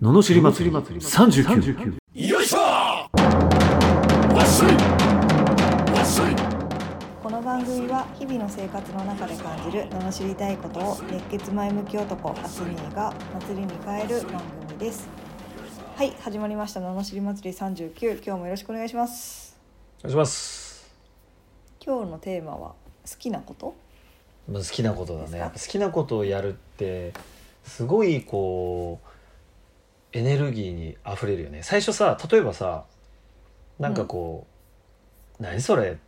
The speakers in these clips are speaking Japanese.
ののしり祭り39よいしょわっしょいわっしょいこの番組は日々の生活の中で感じる罵りたいことを熱血前向き男アスミーが祭りに変える番組ですはい始まりました罵り祭り39今日もよろしくお願いしますお願いします。今日のテーマは好きなことまあ、好きなことだですね。かやっぱ好きなことをやるってすごいこうエネルギーに溢れるよね。最初さ、例えばさ、なんかこう、何それ。例え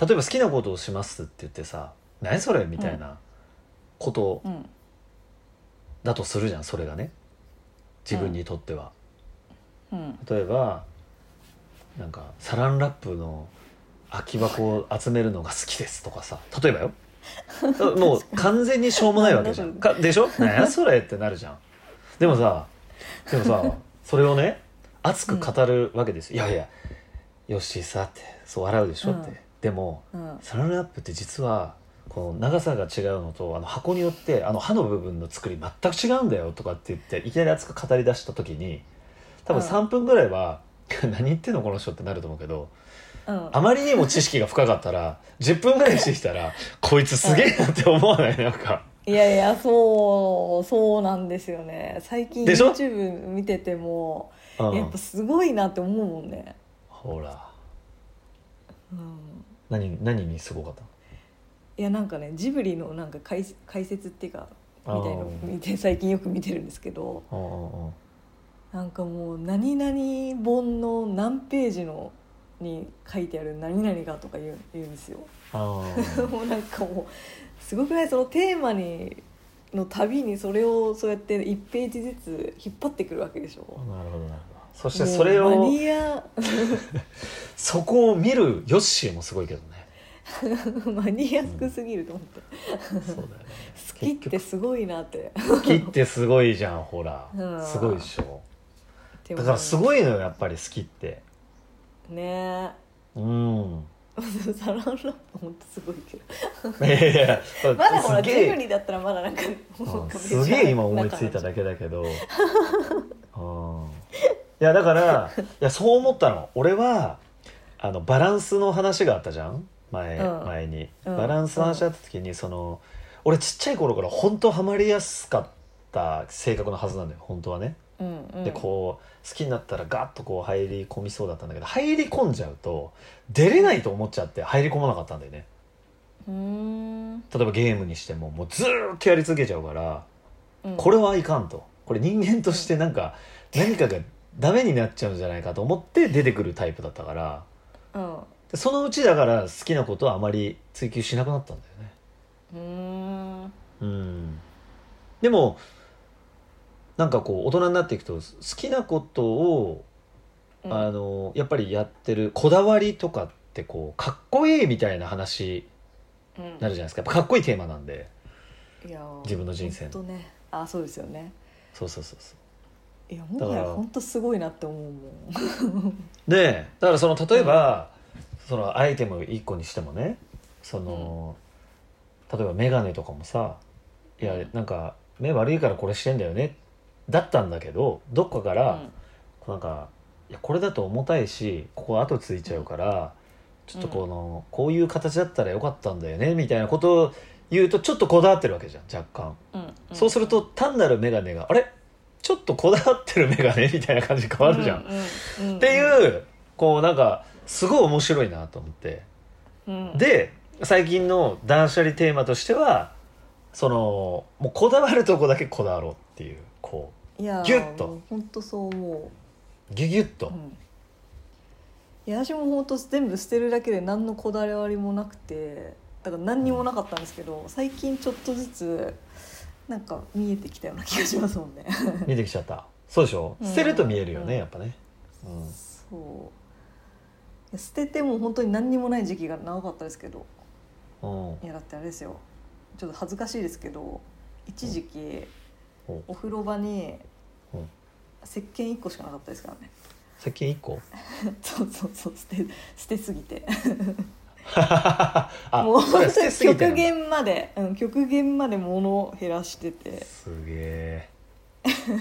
ば好きなことをしますって言ってさ、何それみたいなことうんだとするじゃん。それがね、自分にとっては。うん例えばなんかサランラップの空き箱を集めるのが好きですとかさ例えばよもう完全にしょうもないわけじゃんかでしょ何やそれってなるじゃんでもさでもさそれをね熱く語るわけですよ、いやいやよしさってそう笑うでしょって、うんでもうんサランラップって実はこの長さが違うのとあの箱によってあの刃の部分の作り全く違うんだよとかって言っていきなり熱く語り出した時に多分うん3分ぐらいは 「何言ってんのこの人」ってなると思うけどうんあまりにも知識が深かったら10分ぐらいしてきたら「こいつすげえな」って思わないなんかいやいやそうそうなんですよね最近でしょ YouTube 見てても、うやっんぱすごいなって思うもんね、ほらうん、何何にすごかったいやなんかねジブリのなんか解解説っていうかみたいのをあー見て最近よく見てるんですけどうんうんうんなんかもう何々本の何ページのに書いてある何々がとか言う言うんですよ。 あもうなんかもうすごくないそのテーマにの旅にそれをそうやって1ページずつ引っ張ってくるわけでしょー。なるほどなるほどそしてそれをもうマニア そこを見るヨッシーもすごいけどねマニアックすぎると思って、そうだよね好きってすごいなって好きってすごいじゃんほらうんすごいでしょでもだからすごいのよやっぱり好きってね うんえサランラップほんとすごいけどいやいやまだほらすジげえブリだったらまだなんかもううんすげえ今思いついただけだけどうんいやだからいやそう思ったの俺はあのバランスの話があったじゃん前,、うん前にうんバランスの話あった時に、その俺ちっちゃい頃から本当ハマりやすかった性格のはずなんだよ本当はねうんうん、でこう好きになったらガッとこう入り込みそうだったんだけど入り込んじゃうと出れないと思っちゃって入り込まなかったんだよねうーん例えばゲームにしてももうずーっとやり続けちゃうからうんこれはいかんとこれ人間としてなんか何かがダメになっちゃうんじゃないかと思って出てくるタイプだったからうんうでそのうちだから好きなことはあまり追求しなくなったんだよねーんうんでもなんかこう大人になっていくと好きなことをうんあのやっぱりやってるこだわりとかってこうかっこいいみたいな話うんになるじゃないですかやっぱかっこいいテーマなんでいやー自分の人生のほんとねあそうですよねそうそうそうそういやもはやだから本当すごいなって思うもんでだからその例えば、そのアイテム1個にしてもねその、例えば眼鏡とかもさいやうんなんか目悪いからこれしてんだよねだったんだけどどっかから、なんかいやこれだと重たいしここ後ついちゃうから、ちょっとこの、こういう形だったらよかったんだよねみたいなことを言うとちょっとこだわってるわけじゃん若干、うんうんうんそうすると単なる眼鏡があれちょっとこだわってる眼鏡 みたいな感じに変わるじゃん、うううんっていうこうなんかすごい面白いなと思ってうんで最近の断捨離テーマとしてはそのもうこだわるとこだけこだわろうっていうこいやーギュッともう本当そう思うギュギュッと、う、うん、いや私も本当全部捨てるだけで何のこだわりもなくてだから何にもなかったんですけど最近ちょっとずつなんか見えてきたような気がしますもんね 見えてきちゃったそうでしょうん捨てると見えるよね、うんやっぱね、うん、そう捨てても本当に何にもない時期が長かったですけどうん、いやだってあれですよちょっと恥ずかしいですけど一時期うんお風呂場にうん石鹸1個しかなかったですからね 石鹸1個 そうそうそう捨て捨てすぎてあもうそ本れ当捨てにすぎて極んだ限まで、うん、極限まで物を減らしててすげえ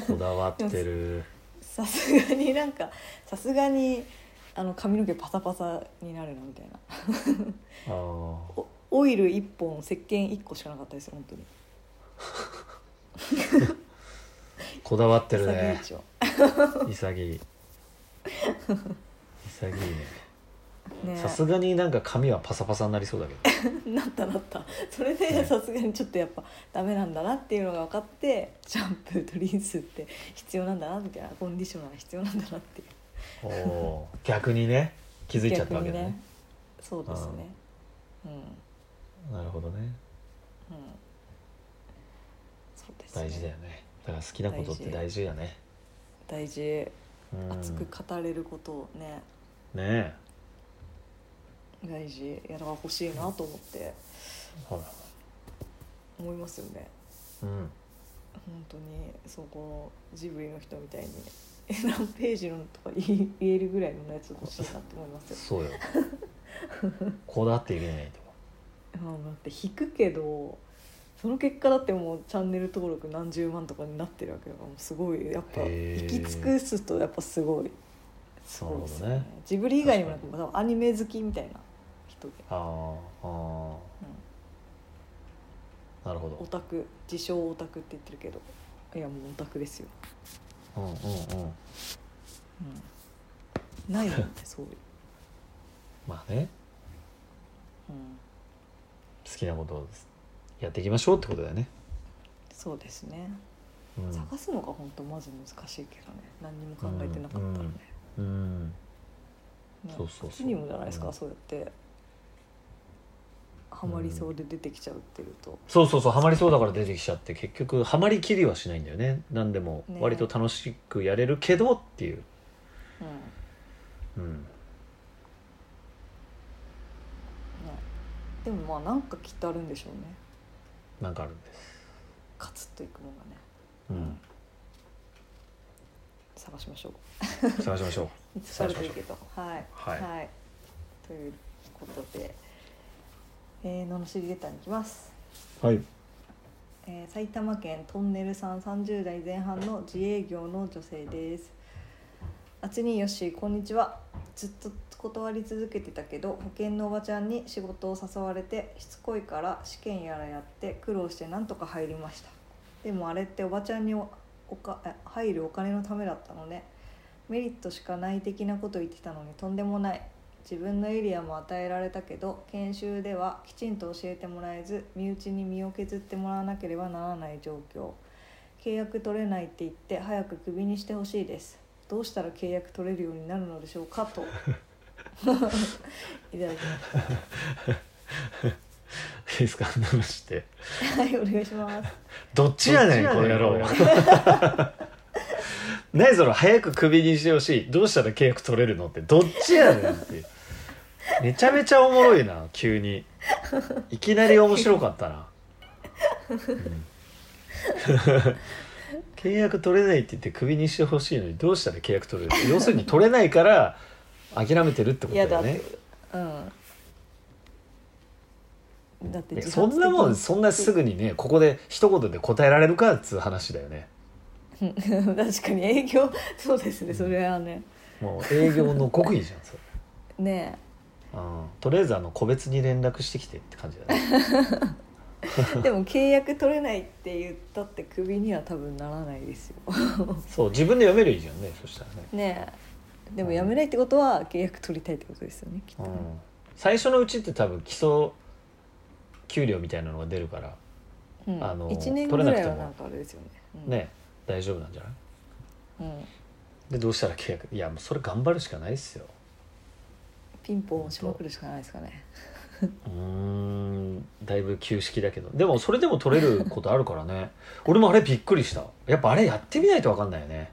こだわって るさすがになんかさすがにあの髪の毛パサパサになるなみたいなあーおオイル1本石鹸1個しかなかったですよ本当にこだわってる潔いね以上潔い潔いねねさすがになんか髪はパサパサになりそうだけどなったなったそれでねさすがにちょっとやっぱダメなんだなっていうのが分かってシャンプーとリンスって必要なんだなみたいなコンディショナー必要なんだなっていう おおー逆にね気づいちゃったわけだね逆にそうですねうんうんなるほどねそうですね大事だよねだから好きなことって大事だね大事うん熱くね語れることをねえ大事やら欲しいなと思ってほら思いますよねうん本当にそこのジブリの人みたいにえ何ページのとか言い言えるぐらいのやつ欲しいなって思いますよそう よこだわっていけないとまあだって引くけどその結果だってもうチャンネル登録何十万とかになってるわけだからもうすごいやっぱへ行ーき尽くすとやっぱすごいすごいですよなるほどねジブリ以外にもなんか多分アニメ好きみたいな人で、あーあうーなるほん、オタク自称オタクって言ってるけどいやもうオタクですよ、どうんうんうんうん、ない もんねそういう、まあねうん、好きなことをやっていきましょうってことだよね、そうですねうん、探すのが本当マジ難しいけどね何にも考えてなかったらね、うんねそうそうそうこっちにもじゃないですか、うんそうやってハマりそうで出てきちゃうっていうと、そうそうそうハマりそうだから出てきちゃって結局ハマりきりはしないんだよねなんでもね割と楽しくやれるけどっていう、うんねうん、でもまあなんかきっとあるんでしょうねなんかあるんです、カツッといくものがね うん、探しましょう探しましょう見つかるといいけどはい、はいということで「えー、ののしりレター」に行きます、はいえー埼玉県トンネルさん30代前半の自営業の女性ですあつによしこんにちはずっと断り続けてたけど保険のおばちゃんに仕事を誘われてしつこいから試験やらやって苦労してなんとか入りましたでもあれっておばちゃんにおおかえ入るお金のためだったのねメリットしかない的なこと言ってたのにとんでもない自分のエリアも与えられたけど研修ではきちんと教えてもらえず身内に身を削ってもらわなければならない状況契約取れないって言って早くクビにしてほしいですどうしたら契約取れるようになるのでしょうか といただきまいいですか話してすはいお願いしますどっちやねんどっちこやのね野ん郎 何その早くクビにしてほしいどうしたら契約取れるのってどっちやねんってめちゃめちゃおもろいな急にいきなり面白かったな、うん、契約取れないって言ってクビにしてほしいのにどうしたら契約取れるの要するに取れないから諦めてるってことだ嫌だよってねうんだっていや自そ発的んになもんそんなすぐにねここで一言で答えられるかっつう話だよね 確かに営業そうですねそれはねもう営業の極意じゃんそれねうんとりあえずあの個別に連絡してきてって感じだね えでも契約取れないって言ったってクビには多分ならないですよ そう自分で読めるいいじゃんねそしたらね、ねえでも辞めないってことは契約取りたいってことですよねきっとうね、ん、最初のうちって多分基礎給料みたいなのが出るからうんあの1年ぐらいはなんかあれですよねうんね大丈夫なんじゃないうん、でどうしたら契約いやもうそれ頑張るしかないっすよピンポン押しまくるしかないですかねうーんだいぶ旧式だけどでもそれでも取れることあるからね 俺もあれびっくりしたやっぱあれやってみないと分かんないよね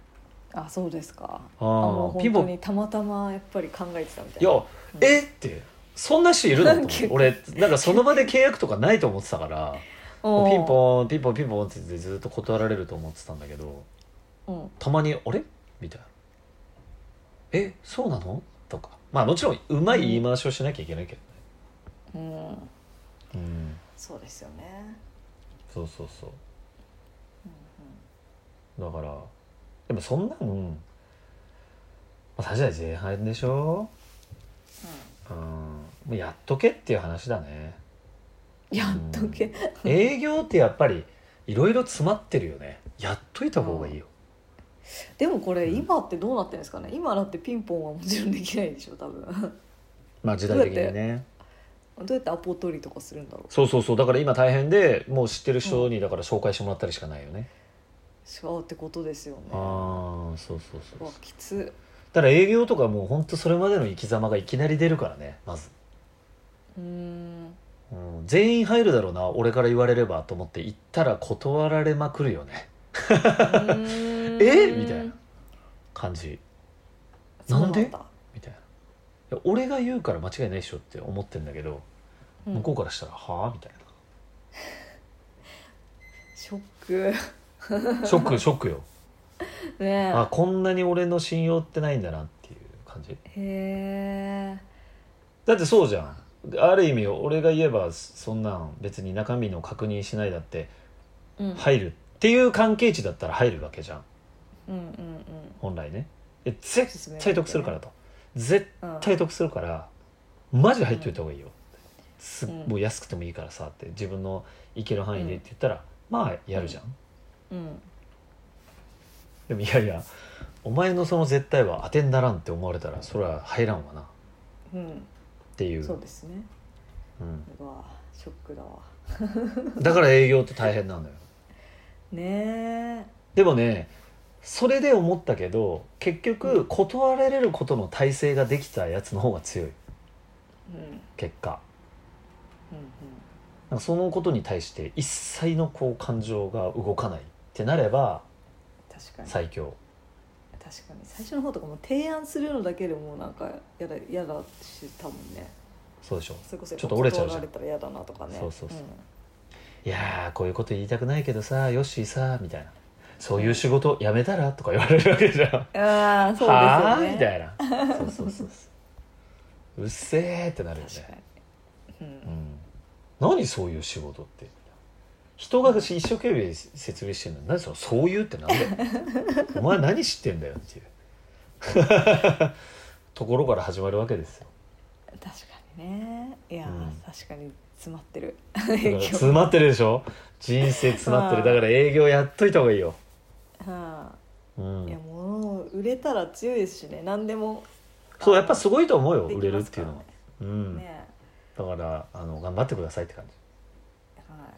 あそうですかああーもうピン本当ポにたまたまやっぱり考えてたみたいいなや、えってそんな人いるのと思っなんてか俺なんかその場で契約とかないと思ってた からうんピンポンピンポンピンポンって言ってずっと断られると思ってたんだけどうんたまに「あれ?」みたいな「えそうなの?」とかまあもちろんうまい言い回しをしなきゃいけないけうんどねうんそうですよねそうそうそうだからでもそんなん、まあ、確かに前半でしょうんもうやっとけっていう話だねやっとけ、営業ってやっぱりいろいろ詰まってるよねやっといた方がいいよでもこれうん今ってどうなってるんですかね今だってピンポンはもちろんできないでしょ多分 どまあ時代的にねうやってアポ取りとかするんだろうそうそうそうだから今大変でもう知ってる人にだから紹介してもらったりしかないよね、そうってことですよねああそうそうそううそうわき つだから営業とかもうほんとそれまでの生き様がいきなり出るからねまず、うーんうん、全員入るだろうな俺から言われればと思って行ったら断られまくるよねええみたいな感じそうなんでだみたいないや俺が言うから間違いないでしょって思ってんだけど、うん向こうからしたら「はあ?」みたいショック なショックショックよねえあこんなに俺の信用ってないんだなっていう感じへえだってそうじゃんある意味俺が言えばそんなん別に中身の確認しないだってうん入るっていう関係値だったら入るわけじゃんうんうんうん本来ねで絶対得するからと絶うん対得するからマジで入っといた方がいいよってすうんもう安くてもいいからさって自分のいける範囲でって言ったら、まあやるじゃん、うんでもいやいやお前のその絶対は当てにならんって思われたらそれは入らんわなっうんていうそうですねうん、うわショックだわだから営業って大変なのよねえでもねそれで思ったけど結局断られることの体制ができたやつの方が強いうんうん結果うんなんかそのことに対して一切のこう感情が動かないってなれば確かに最強確かに最初の方とかも提案するのだけでもうなんかやだやだしたもんねそうでしょそれこそちょっと折れちゃうじゃん断られたら嫌だなとかねそうそうそういやーこういうこと言いたくないけどさよっしーさみたいなそういう仕事やめたらとか言われるわけじゃんんああそうはあですよねみたいなそうそうそうそううっせえってなるよ確ね、かうに、うん、ん、何そういう仕事って人が一生懸命説明してるのに何そのそういうってなん だよお前何知ってんだよっていう ところから始まるわけですよ確かにねいやー、うん確かに詰まってるだから詰まってるでしょ人生詰まってるだから営業やっといた方がいいよ、はう あ、いやん、物を売れたら強いですしね何でもそうやっぱすいごいと思うよ売れるっていうのは、うんねねだからあの頑張ってくださいって感じはい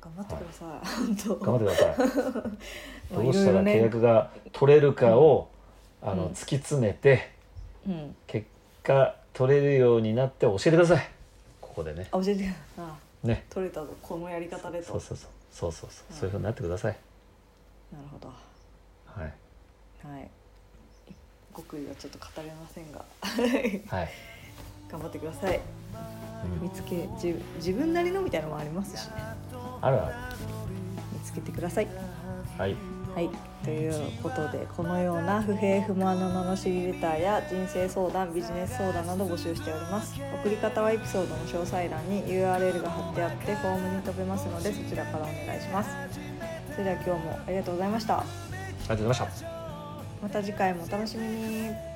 頑張ってください、本当頑張ってください まあどうしたら契いろいろね約が取れるかを、あうのん突き詰めてうん結果取れるようになって教えてくださいここでねあ教えてくださいあね取れたぞこのやり方でとそうそうそうそうそうそううんそういうふうになってください、なるほどはい、はい極意はちょっと語れませんが はい頑張ってくださいうん見つけ自自分なりのみたいなのもありますしねあるある見つけてくださいはいはい、ということでこのような不平不満の罵りレターや人生相談ビジネス相談など募集しております送り方はエピソードの詳細欄に URL が貼ってあってフォームに飛べますのでそちらからお願いしますそれでは今日もありがとうございましたありがとうございましたまた次回もお楽しみに